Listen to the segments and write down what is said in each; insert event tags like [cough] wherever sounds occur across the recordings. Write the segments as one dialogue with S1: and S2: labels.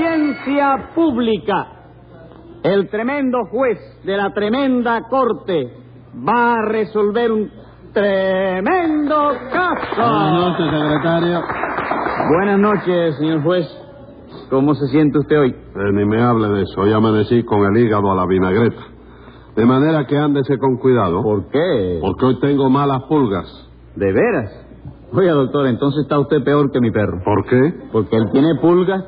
S1: audiencia pública. El tremendo juez de la tremenda corte va a resolver un tremendo
S2: Buenas
S1: caso.
S2: noches, secretario.
S1: Buenas noches, señor juez. ¿Cómo se siente usted hoy?
S2: Eh, ni me hable de eso. Hoy amanecí con el hígado a la vinagreta. De manera que ándese con cuidado.
S1: ¿Por qué?
S2: Porque hoy tengo malas pulgas.
S1: ¿De veras? Oiga, doctor, entonces está usted peor que mi perro.
S2: ¿Por qué?
S1: Porque él tiene pulgas,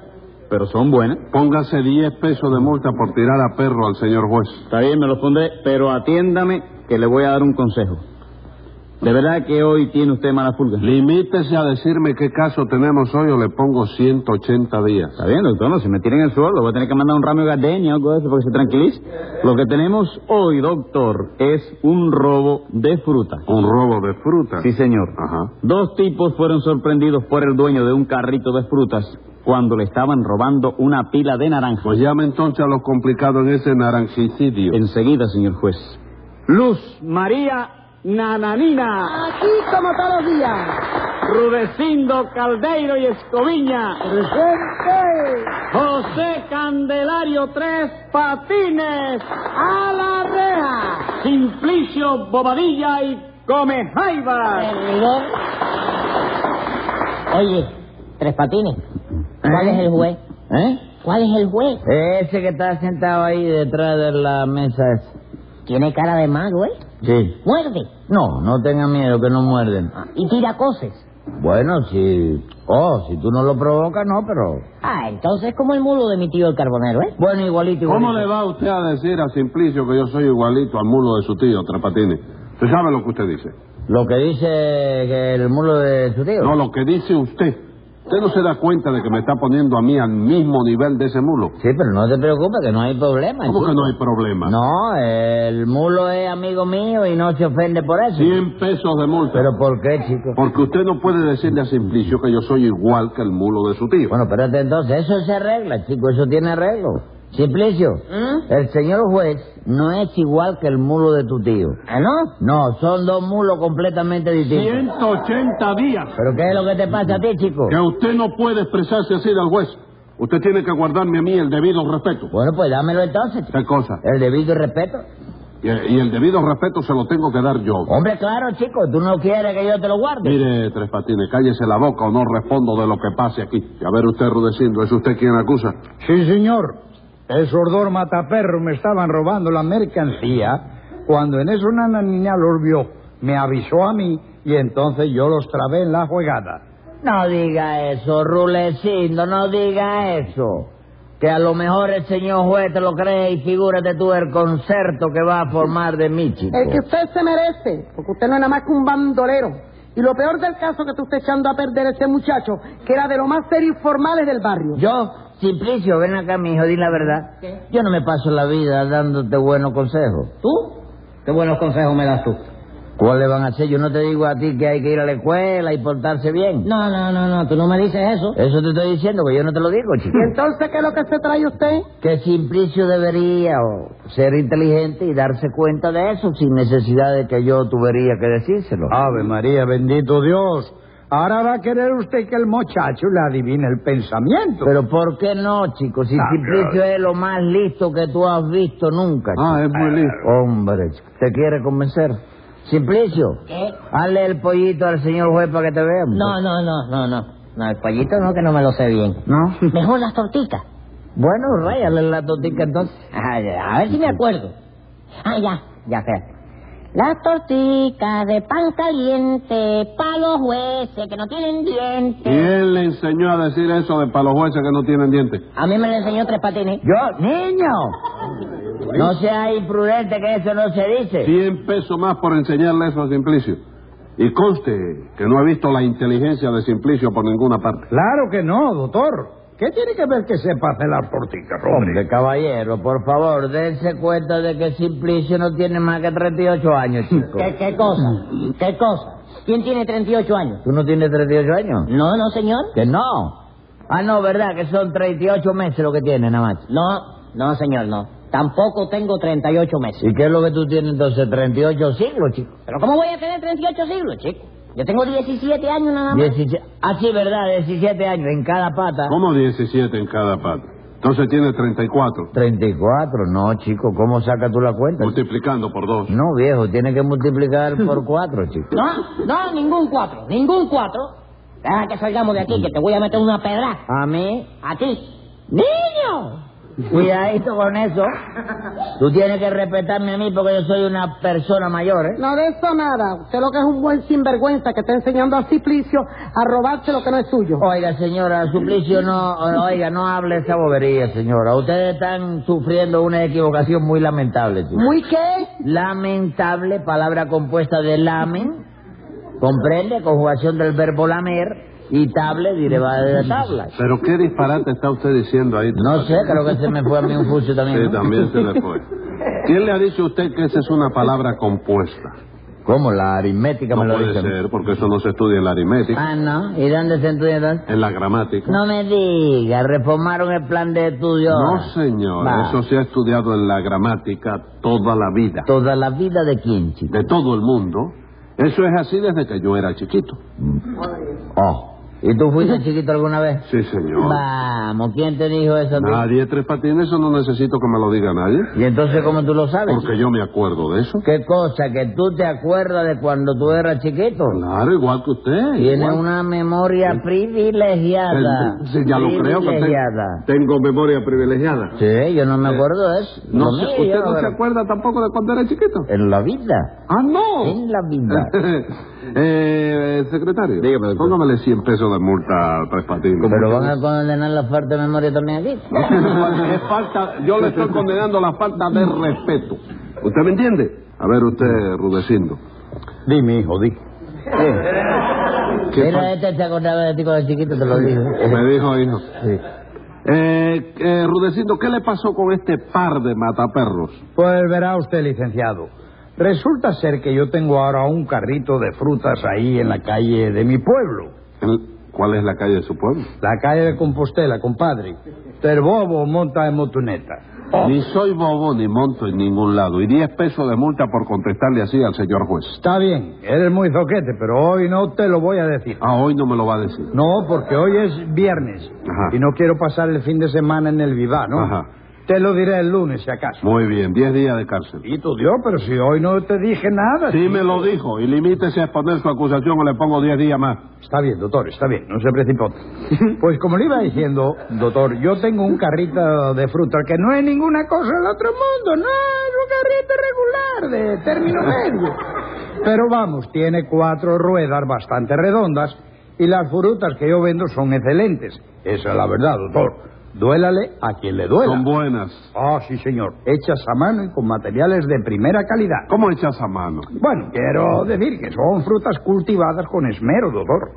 S1: pero son buenas.
S2: Póngase 10 pesos de multa por tirar a perro al señor juez.
S1: Está bien, me los pondré, pero atiéndame que le voy a dar un consejo. De verdad que hoy tiene usted mala pulga.
S2: Limítese a decirme qué caso tenemos hoy o le pongo 180 días.
S1: Está bien, doctor, no se me tiren el suelo. Voy a tener que mandar un ramo de gardenia o algo de eso para que se tranquilice. Lo que tenemos hoy, doctor, es un robo de fruta.
S2: ¿Un robo de fruta?
S1: Sí, señor.
S2: Ajá.
S1: Dos tipos fueron sorprendidos por el dueño de un carrito de frutas cuando le estaban robando una pila de naranjas.
S2: Pues llame entonces a lo complicado en ese naranjicidio.
S1: Enseguida, señor juez. Luz María Nananina,
S3: Aquí como todos los días.
S1: Rudecindo Caldeiro y Escoviña,
S3: Presente.
S1: José Candelario Tres Patines,
S3: A la reja.
S1: Simplicio Bobadilla y Come Jaivas.
S4: Miguel. Oye, Tres Patines, ¿cuál es el juez?
S5: ¿Eh?
S4: ¿Cuál es el juez?
S5: Ese que está sentado ahí detrás de la mesa esa.
S4: Tiene cara de mago, ¿eh?
S5: Sí.
S4: Muerde
S5: No, no tenga miedo que no muerden.
S4: y tira cosas.
S5: Bueno, si... Oh, si tú no lo provocas, no, pero...
S4: Ah, entonces como el mulo de mi tío el carbonero, ¿eh?
S5: Bueno, igualito, igualito.
S2: ¿Cómo le va usted a decir a Simplicio que yo soy igualito al mulo de su tío, Trapatini? ¿Usted sabe lo que usted dice?
S5: Lo que dice que el mulo de su tío.
S2: No, lo que dice usted. Usted no se da cuenta de que me está poniendo a mí al mismo nivel de ese mulo.
S5: Sí, pero no te preocupes, que no hay problema.
S2: ¿Cómo
S5: chico.
S2: que no hay problema?
S5: No, el mulo es amigo mío y no se ofende por eso.
S2: 100 pesos de multa.
S5: ¿Pero por qué, chico?
S2: Porque usted no puede decirle a Simplicio que yo soy igual que el mulo de su tío.
S5: Bueno, espérate entonces, eso se arregla, chico, eso tiene arreglo. Simplicio,
S4: ¿Mm?
S5: el señor juez no es igual que el mulo de tu tío.
S4: Ah, ¿no?
S5: No, son dos mulos completamente distintos.
S2: 180 días.
S5: ¿Pero qué es lo que te pasa a ti, chico?
S2: Que usted no puede expresarse así del juez. Usted tiene que guardarme a mí el debido respeto.
S5: Bueno, pues dámelo entonces, chico.
S2: ¿Qué cosa?
S5: El debido respeto.
S2: Y, y el debido respeto se lo tengo que dar yo.
S5: Hombre, claro, chico, tú no quieres que yo te lo guarde.
S2: Mire, Tres Patines, cállese la boca o no respondo de lo que pase aquí. Y a ver usted, Rudecindo, ¿es usted quien acusa?
S6: Sí, señor. Esos dos mataperros me estaban robando la mercancía. Cuando en eso una niña los vio, me avisó a mí y entonces yo los trabé en la juegada.
S5: No diga eso, Rulecindo, no diga eso. Que a lo mejor el señor juez te lo cree y figúrate tú el concerto que va a formar de mí, chico.
S3: El que usted se merece, porque usted no es nada más que un bandolero. Y lo peor del caso que usted está echando a perder este muchacho, que era de lo más serio y formales del barrio.
S5: Yo, Simplicio, ven acá, mi hijo, di la verdad. Yo no me paso la vida dándote buenos consejos.
S4: ¿Tú?
S5: ¿Qué buenos consejos me das tú? ¿Cuáles van a ser? Yo no te digo a ti que hay que ir a la escuela y portarse bien.
S4: No, no, no, no, tú no me dices eso.
S5: Eso te estoy diciendo, que yo no te lo digo, chico. [laughs]
S3: ¿Y entonces qué es lo que se trae usted?
S5: Que Simplicio debería o, ser inteligente y darse cuenta de eso sin necesidad de que yo tuviera que decírselo.
S2: Ah.
S6: Ave María, bendito Dios. Ahora va a querer usted que el muchacho le adivine el pensamiento.
S5: Pero ¿por qué no, chico? Si
S6: Ah,
S5: Simplicio es lo más listo que tú has visto nunca. chico.
S2: Ah, es muy listo.
S5: Hombre, chico, ¿te quiere convencer? Simplicio,
S4: ¿Qué?
S5: hazle el pollito al señor juez para que te vea.
S4: No,
S5: muchacho.
S4: no, no, no, no. No, el pollito no, que no me lo sé bien.
S5: ¿No? [laughs]
S4: Mejor las tortitas.
S5: Bueno, ráyale la totica entonces.
S4: Ay, a ver si me acuerdo. Ah, ya, ya, espérate. Las tortitas de pan caliente pa' los jueces que no tienen
S2: ¿Y
S4: dientes.
S2: él le enseñó a decir eso de para los jueces que no tienen dientes?
S4: A mí me lo enseñó Tres Patines.
S5: Yo, niño. No sea imprudente que eso no se dice.
S2: 100 pesos más por enseñarle eso a Simplicio. Y conste que no he visto la inteligencia de Simplicio por ninguna parte.
S6: Claro que no, doctor. ¿Qué tiene que ver que sepa hacer las porticas,
S5: Hombre, caballero, por favor, dense cuenta de que Simplicio no tiene más que 38 años, chico.
S4: ¿Qué, ¿Qué cosa? ¿Qué cosa? ¿Quién tiene 38 años?
S5: ¿Tú no tienes 38 años?
S4: No, no, señor.
S5: Que no. Ah, no, ¿verdad? Que son 38 meses lo que tienes, nada más.
S4: No, no, señor, no. Tampoco tengo 38 meses.
S5: ¿Y qué es lo que tú tienes entonces? 38 siglos, chico.
S4: ¿Pero cómo voy a tener 38 siglos, chico? Yo tengo 17 años nada más.
S5: Diecisie- Ah, sí, ¿verdad? 17 años en cada pata.
S2: ¿Cómo 17 en cada parte? Entonces tiene 34.
S5: 34, no, chico, ¿cómo sacas tú la cuenta?
S2: Multiplicando por dos.
S5: No, viejo, tiene que multiplicar por cuatro, chico.
S4: No, no, ningún cuatro, ningún cuatro. Deja que salgamos de aquí, que te voy a meter una pedra.
S5: A mí,
S4: A ti. ¡Niño!
S5: cuidadito
S4: [laughs]
S5: con eso. Tú tienes que respetarme a mí porque yo soy una persona mayor, ¿eh?
S3: No de eso nada. Usted lo que es un buen sinvergüenza que está enseñando a Ciplicio a robarse lo que no es suyo.
S5: Oiga, señora, suplicio no, oiga, no hable esa bobería, señora. Ustedes están sufriendo una equivocación muy lamentable, chico.
S3: ¿Muy qué?
S5: Lamentable, palabra compuesta de lamen, comprende, conjugación del verbo lamer, y table, derivada de tabla.
S2: ¿Pero qué disparate está usted diciendo ahí?
S5: No sé, creo que se me fue a mí un fucio también.
S2: Sí,
S5: ¿no?
S2: también se le
S5: [laughs]
S2: fue. ¿Quién le ha dicho a usted que esa es una palabra compuesta?
S5: ¿Cómo? La aritmética
S2: No
S5: me lo
S2: puede
S5: dice.
S2: ser, porque eso no se estudia en la aritmética,
S5: Ah, ¿no? ¿Y dónde se estudia entonces?
S2: en la gramática.
S5: No me diga, reformaron el plan de estudio.
S2: No, señor,
S5: Va.
S2: eso se ha estudiado en la gramática toda la vida,
S5: ¿Toda la vida de quién, chico?
S2: de todo el mundo. Eso es así desde que yo era chiquito.
S5: Oh. ¿Y tú fuiste chiquito alguna vez?
S2: Sí, señor.
S5: Vamos, ¿quién te dijo eso? a ti?
S2: Nadie tres patines, eso no necesito que me lo diga nadie,
S5: ¿Y entonces cómo tú lo sabes?
S2: porque yo me acuerdo de eso.
S5: ¿Qué cosa? ¿Que tú te acuerdas de cuando tú eras chiquito?
S2: Claro, igual que usted.
S5: Tiene
S2: igual.
S5: una memoria privilegiada.
S2: Eh, Sí, ya lo creo que tengo,
S5: privilegiada.
S2: tengo memoria privilegiada.
S5: Sí, yo no me acuerdo de eso.
S2: Eh, No
S5: Lo
S2: se-
S5: mío,
S2: ¿Usted
S5: yo
S2: no se
S5: creo.
S2: acuerda tampoco de cuando era chiquito?
S5: En la vida.
S2: ¡Ah, no!
S5: En la vida.
S2: [laughs] eh, secretario,
S1: Dígame, doctor.
S2: póngamele 100 pesos de multa a Tres Patines.
S5: Pero van [laughs] a condenar la falta de memoria también aquí.
S2: Es falta, yo le estoy condenando la falta de respeto. ¿Usted me entiende? A ver, usted, Rudecindo.
S1: Dime, hijo, di.
S2: ¿Qué
S5: Mira, este se acordaba de ti cuando chiquito, te lo digo.
S2: fa- Me dijo, hijo.
S5: Sí.
S2: Eh, eh, Rudecindo, ¿qué le pasó con este par de mataperros?
S6: Pues verá usted, licenciado. Resulta ser que yo tengo ahora un carrito de frutas ahí en la calle de mi pueblo.
S2: El- ¿Cuál es la calle de su pueblo?
S6: La calle de Compostela, compadre. Usted bobo monta en motoneta.
S2: Ni soy bobo ni monto en ningún lado. Y 10 pesos de multa por contestarle así al señor juez.
S6: Está bien, eres muy zoquete, pero hoy no te lo voy a decir.
S2: Ah, hoy no me lo va a decir.
S6: No, porque hoy es viernes
S2: Ajá.
S6: y no quiero pasar el fin de semana en el Vivá, ¿no?
S2: Ajá.
S6: Te lo diré el lunes, si acaso.
S2: Muy bien, 10 días de cárcel.
S6: Y tu Dios, pero si hoy no te dije nada.
S2: Sí me lo dijo. Y limítese a exponer su acusación o le pongo 10 días más.
S6: Está bien, doctor, está bien, no se precipote. [laughs] Pues como le iba diciendo, doctor, yo tengo un carrito de fruta que no es ninguna cosa del otro mundo, no es un carrito regular de término medio. Pero vamos, tiene cuatro ruedas bastante redondas y las frutas que yo vendo son excelentes. Esa es la verdad, doctor. Duélale a quien le
S2: Son
S6: duela.
S2: buenas.
S6: Ah, sí, señor. Hechas a mano y con materiales de primera calidad.
S2: ¿Cómo echas a mano?
S6: Bueno, quiero decir que son frutas cultivadas con esmero, doctor.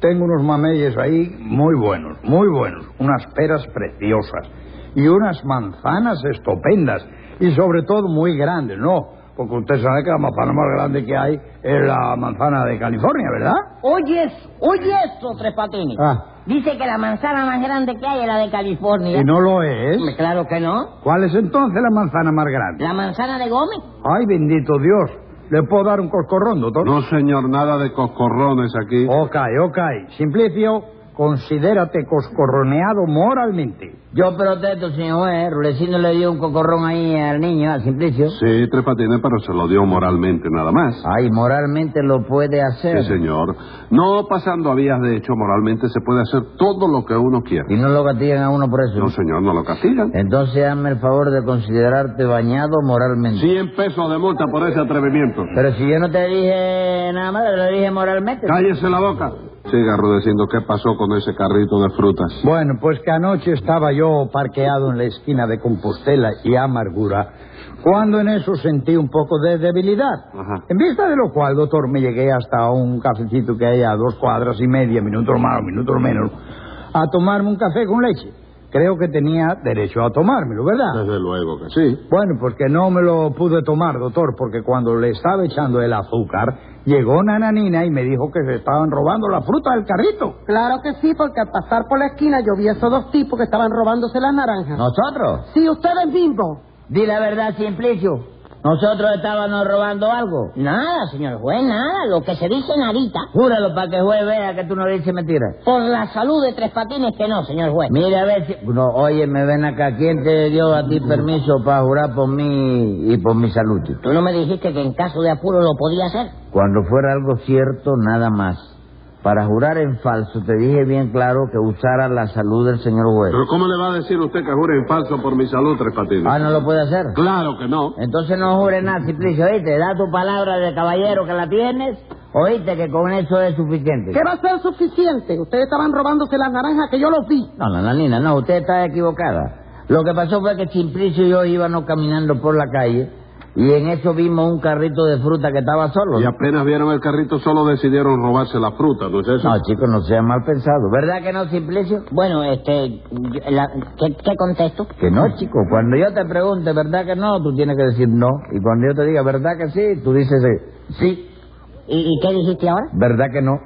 S6: Tengo unos mameyes ahí muy buenos, muy buenos, unas peras preciosas y unas manzanas estupendas y sobre todo muy grandes, ¿no? Porque usted sabe que la manzana más grande que hay es la manzana de California, ¿verdad?
S4: Oye eso, oye eso, Tres Patines.
S6: Ah.
S4: Dice que la manzana más grande que hay es la de California.
S6: Y no lo es.
S4: Hombre, Claro que no.
S6: ¿Cuál es entonces la manzana más grande?
S4: La manzana de Gómez.
S6: Ay, bendito Dios. ¿Le puedo dar un coscorrón, doctor?
S2: No, señor, nada de coscorrones aquí.
S6: Ok, ok. Simplicio, considérate coscorroneado moralmente.
S5: Yo protesto, señor juez. Rulecindo le dio un cocorrón ahí al niño, a Simplicio.
S2: Sí, Tres Patines, pero se lo dio moralmente nada más.
S5: Ay, moralmente lo puede hacer.
S2: Sí, señor. No pasando a vías de hecho, moralmente se puede hacer todo lo que uno quiera.
S5: Y no lo castigan a uno por eso.
S2: No, señor, no lo castigan.
S5: Entonces hazme el favor de considerarte bañado moralmente.
S2: 100 pesos de multa por ese atrevimiento.
S5: Pero si yo no te dije nada más, te lo dije moralmente.
S2: Cállese la boca. Siga rudeciendo qué pasó con ese carrito de frutas.
S6: Bueno, pues que anoche estaba yo parqueado en la esquina de Compostela y Amargura, cuando en eso sentí un poco de debilidad.
S2: Ajá.
S6: En vista de lo cual, doctor, me llegué hasta un cafecito que hay a dos cuadras y media, minutos más o minutos menos, a tomarme un café con leche. Creo que tenía derecho a tomármelo, ¿verdad?
S2: Desde luego que sí.
S6: Bueno, pues que no me lo pude tomar, doctor, porque cuando le estaba echando el azúcar, llegó Nananina y me dijo que se estaban robando la fruta del carrito.
S3: Claro que sí, porque al pasar por la esquina yo vi a esos dos tipos que estaban robándose las naranjas.
S5: ¿Nosotros?
S3: Sí, ustedes mismos.
S5: Di la verdad, Simplicio. ¿Nosotros estábamos robando algo?
S4: Nada, señor juez, nada. Lo que se dice narita.
S5: Júralo para que el juez vea que tú no dices mentiras.
S4: Por la salud de Tres Patines que no, señor juez.
S5: Mira, a ver si... No, oye, me ven acá. ¿Quién te dio a ti permiso para jurar por mí y por mi salud? chico?
S4: Tú no me dijiste que en caso de apuro lo podía hacer.
S5: Cuando fuera algo cierto, nada más. Para jurar en falso, te dije bien claro que usara la salud del señor juez.
S2: Pero ¿cómo le va a decir usted que jure en falso por mi salud, Tres Patines?
S5: Ah, ¿no lo puede hacer?
S2: Claro que no.
S5: Entonces no jure nada, Simplicio, oíste. Da tu palabra de caballero que la tienes, oíste que con eso es suficiente.
S3: ¿Qué va a ser suficiente? Ustedes estaban robándose las naranjas que yo los vi.
S5: No, no, no, Nina, no, usted está equivocada. Lo que pasó fue que Simplicio y yo íbamos caminando por la calle y en eso vimos un carrito de fruta que estaba solo.
S2: Y apenas vieron el carrito, solo decidieron robarse la fruta, ¿no es eso?
S5: No, chicos, no sea mal pensado. ¿Verdad que no, Simplicio?
S4: Bueno, este. yo- la- ¿qué, qué contesto?
S5: Que no, chico. Cuando yo te pregunte, ¿verdad que no? Tú tienes que decir no. Y cuando yo te diga, ¿verdad que sí? Tú dices eh, sí.
S4: ¿Y, y qué dijiste ahora?
S5: ¿Verdad que no?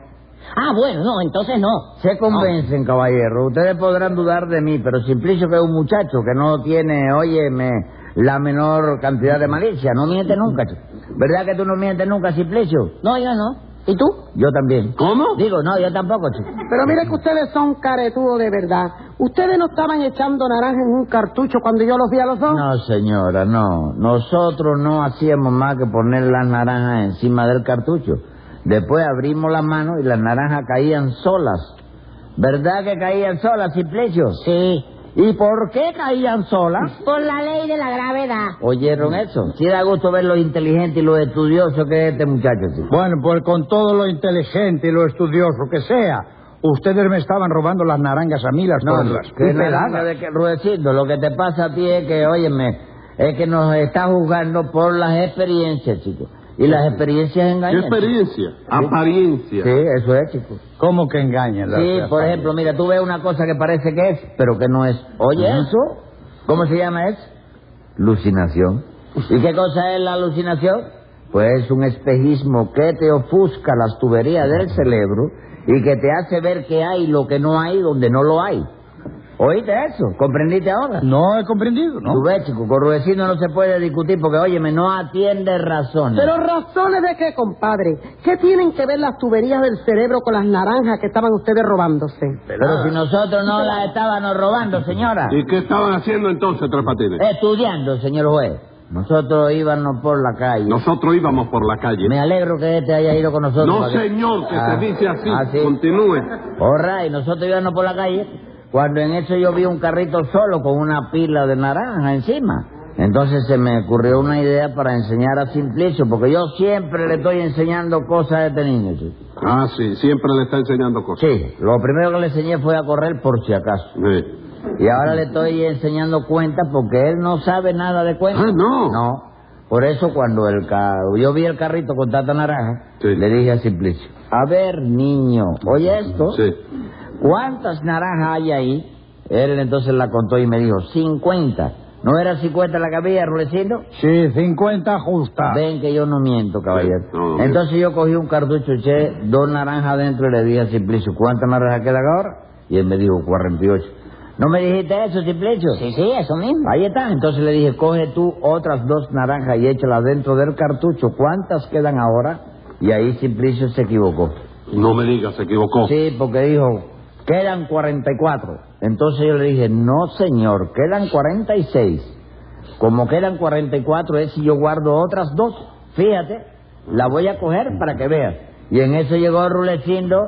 S4: Ah, bueno, no, entonces no.
S5: Se convencen, caballero. Ustedes podrán dudar de mí, pero Simplicio que es un muchacho que no tiene, óyeme, la menor cantidad de malicia. No miente nunca, chico. ¿Verdad que tú no mientes nunca, Simplicio?
S4: No, yo no. ¿Y tú?
S5: Yo también.
S2: ¿Cómo?
S5: Digo, no, yo tampoco, chico.
S3: Pero mire que ustedes son caretudos de verdad. Ustedes no estaban echando naranjas en un cartucho cuando yo los vi a los dos.
S5: No, señora, no. Nosotros no hacíamos más que poner las naranjas encima del cartucho. Después abrimos las manos y las naranjas caían solas. ¿Verdad que caían solas, Simplicio?
S4: Sí.
S5: ¿Y por qué caían solas?
S4: Por la ley de la gravedad.
S5: ¿Oyeron eso? Sí da gusto ver lo inteligente y lo estudioso que es este muchacho. sí.
S6: Bueno, pues con todo lo inteligente y lo estudioso que sea, ustedes me estaban robando las naranjas a mí, las gordas.
S5: que
S6: Y
S5: nada,
S6: peladas.
S5: de que, Rudecindo, lo que te pasa a ti es que, óyeme, es que nos está juzgando por las experiencias, chicos. Y las experiencias
S2: ¿Qué
S5: engañan.
S2: experiencia? Apariencia.
S5: chico. Sí, eso es, chicos.
S6: ¿Cómo que engañan? las-
S5: Sí,
S6: las
S5: por
S6: familias?
S5: ejemplo, mira, tú ves una cosa que parece que es, pero que no es. Oye, eso, ¿cómo se llama eso? Lucinación. ¿Y qué cosa es la alucinación? Pues un espejismo que te ofusca las tuberías del cerebro y que te hace ver que hay lo que no hay donde no lo hay. ¿Oíste eso? ¿Comprendiste ahora?
S6: No he comprendido, ¿no?
S5: Tú ves, chico, con Rudecindo no se puede discutir porque, óyeme, no atiende razones.
S3: Pero razones de qué, compadre. ¿Qué tienen que ver las tuberías del cerebro con las naranjas que estaban ustedes robándose?
S5: Pero si nosotros no la estábamos robando, señora.
S2: ¿Y qué estaban haciendo entonces, Tres Patines?
S5: Eh. Estudiando, señor juez. Nosotros íbamos por la calle.
S2: Nosotros íbamos por la calle.
S5: Me alegro que este haya ido con nosotros.
S2: No,
S5: para que-
S2: señor, que
S5: Ah,
S2: se dice así.
S5: ah, sí.
S2: Continúe.
S5: All right, nosotros íbamos por la calle cuando en eso yo vi un carrito solo con una pila de naranja encima. Entonces se me ocurrió una idea para enseñar a Simplicio, porque yo siempre le estoy enseñando cosas a este niño. chico.
S2: Ah, sí, siempre le está enseñando cosas.
S5: Sí, lo primero que le enseñé fue a correr por si acaso.
S2: Sí.
S5: Y ahora le estoy enseñando cuentas porque él no sabe nada de cuentas.
S2: Ah, no.
S5: No. Por eso cuando el ca- yo vi el carrito con tanta naranja,
S2: Sí.
S5: le dije a Simplicio, a ver, niño, oye esto,
S2: Sí.
S5: ¿cuántas naranjas hay ahí? Él entonces la contó y me dijo, 50. ¿No era 50 la que había, Rulecindo?
S6: Sí, 50 justas.
S5: Ven que yo no miento, caballero.
S2: Sí, no, no.
S5: Entonces yo cogí un cartucho, eché dos naranjas adentro y le dije a Simplicio, ¿cuántas naranjas quedan ahora? Y él me dijo, 48. ¿No me dijiste eso, Simplicio?
S4: Sí, sí, eso mismo.
S5: Ahí está. Entonces le dije, coge tú otras dos naranjas y échalas dentro del cartucho. ¿Cuántas quedan ahora? Y ahí Simplicio se equivocó.
S2: No me diga, se equivocó.
S5: Sí, porque dijo, quedan 44. Entonces yo le dije, no señor, quedan 46. Como quedan 44 es si yo guardo otras dos. Fíjate, la voy a coger para que veas. Y en eso llegó Rulecindo,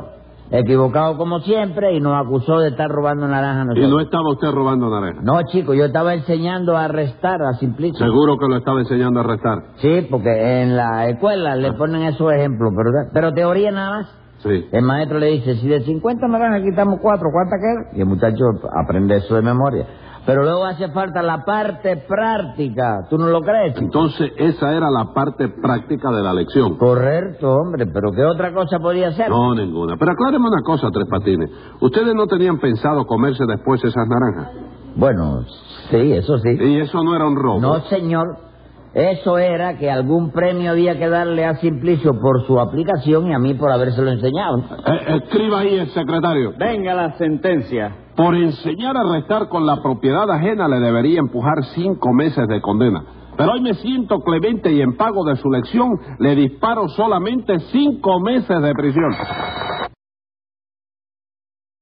S5: equivocado como siempre, y nos acusó de estar robando naranjas a
S2: Y
S5: nosotros.
S2: no estaba usted robando naranja.
S5: No, chico, yo estaba enseñando a restar a Simplicio.
S2: Seguro que lo estaba enseñando a restar.
S5: Sí, porque en la escuela le ponen esos ejemplos, ¿verdad? Pero teoría nada más.
S2: Sí.
S5: El maestro le dice, si de 50 naranjas quitamos cuatro, ¿cuántas quedan? Y el muchacho aprende eso de memoria. Pero luego hace falta la parte práctica. ¿Tú no lo crees? chico?
S2: Entonces, esa era la parte práctica de la lección.
S5: Correcto, hombre, pero ¿qué otra cosa podía ser?
S2: No, ninguna. Pero acláreme una cosa, Tres Patines. ¿Ustedes no tenían pensado comerse después esas naranjas?
S5: Bueno, sí, eso sí.
S2: Y eso no era un robo.
S5: No, señor. Eso era que algún premio había que darle a Simplicio por su aplicación y a mí por habérselo enseñado.
S2: Eh, escriba ahí el secretario.
S1: Venga la sentencia.
S2: Por enseñar a restar con la propiedad ajena le debería empujar cinco meses de condena. Pero hoy me siento clemente y en pago de su lección le disparo solamente cinco meses de prisión.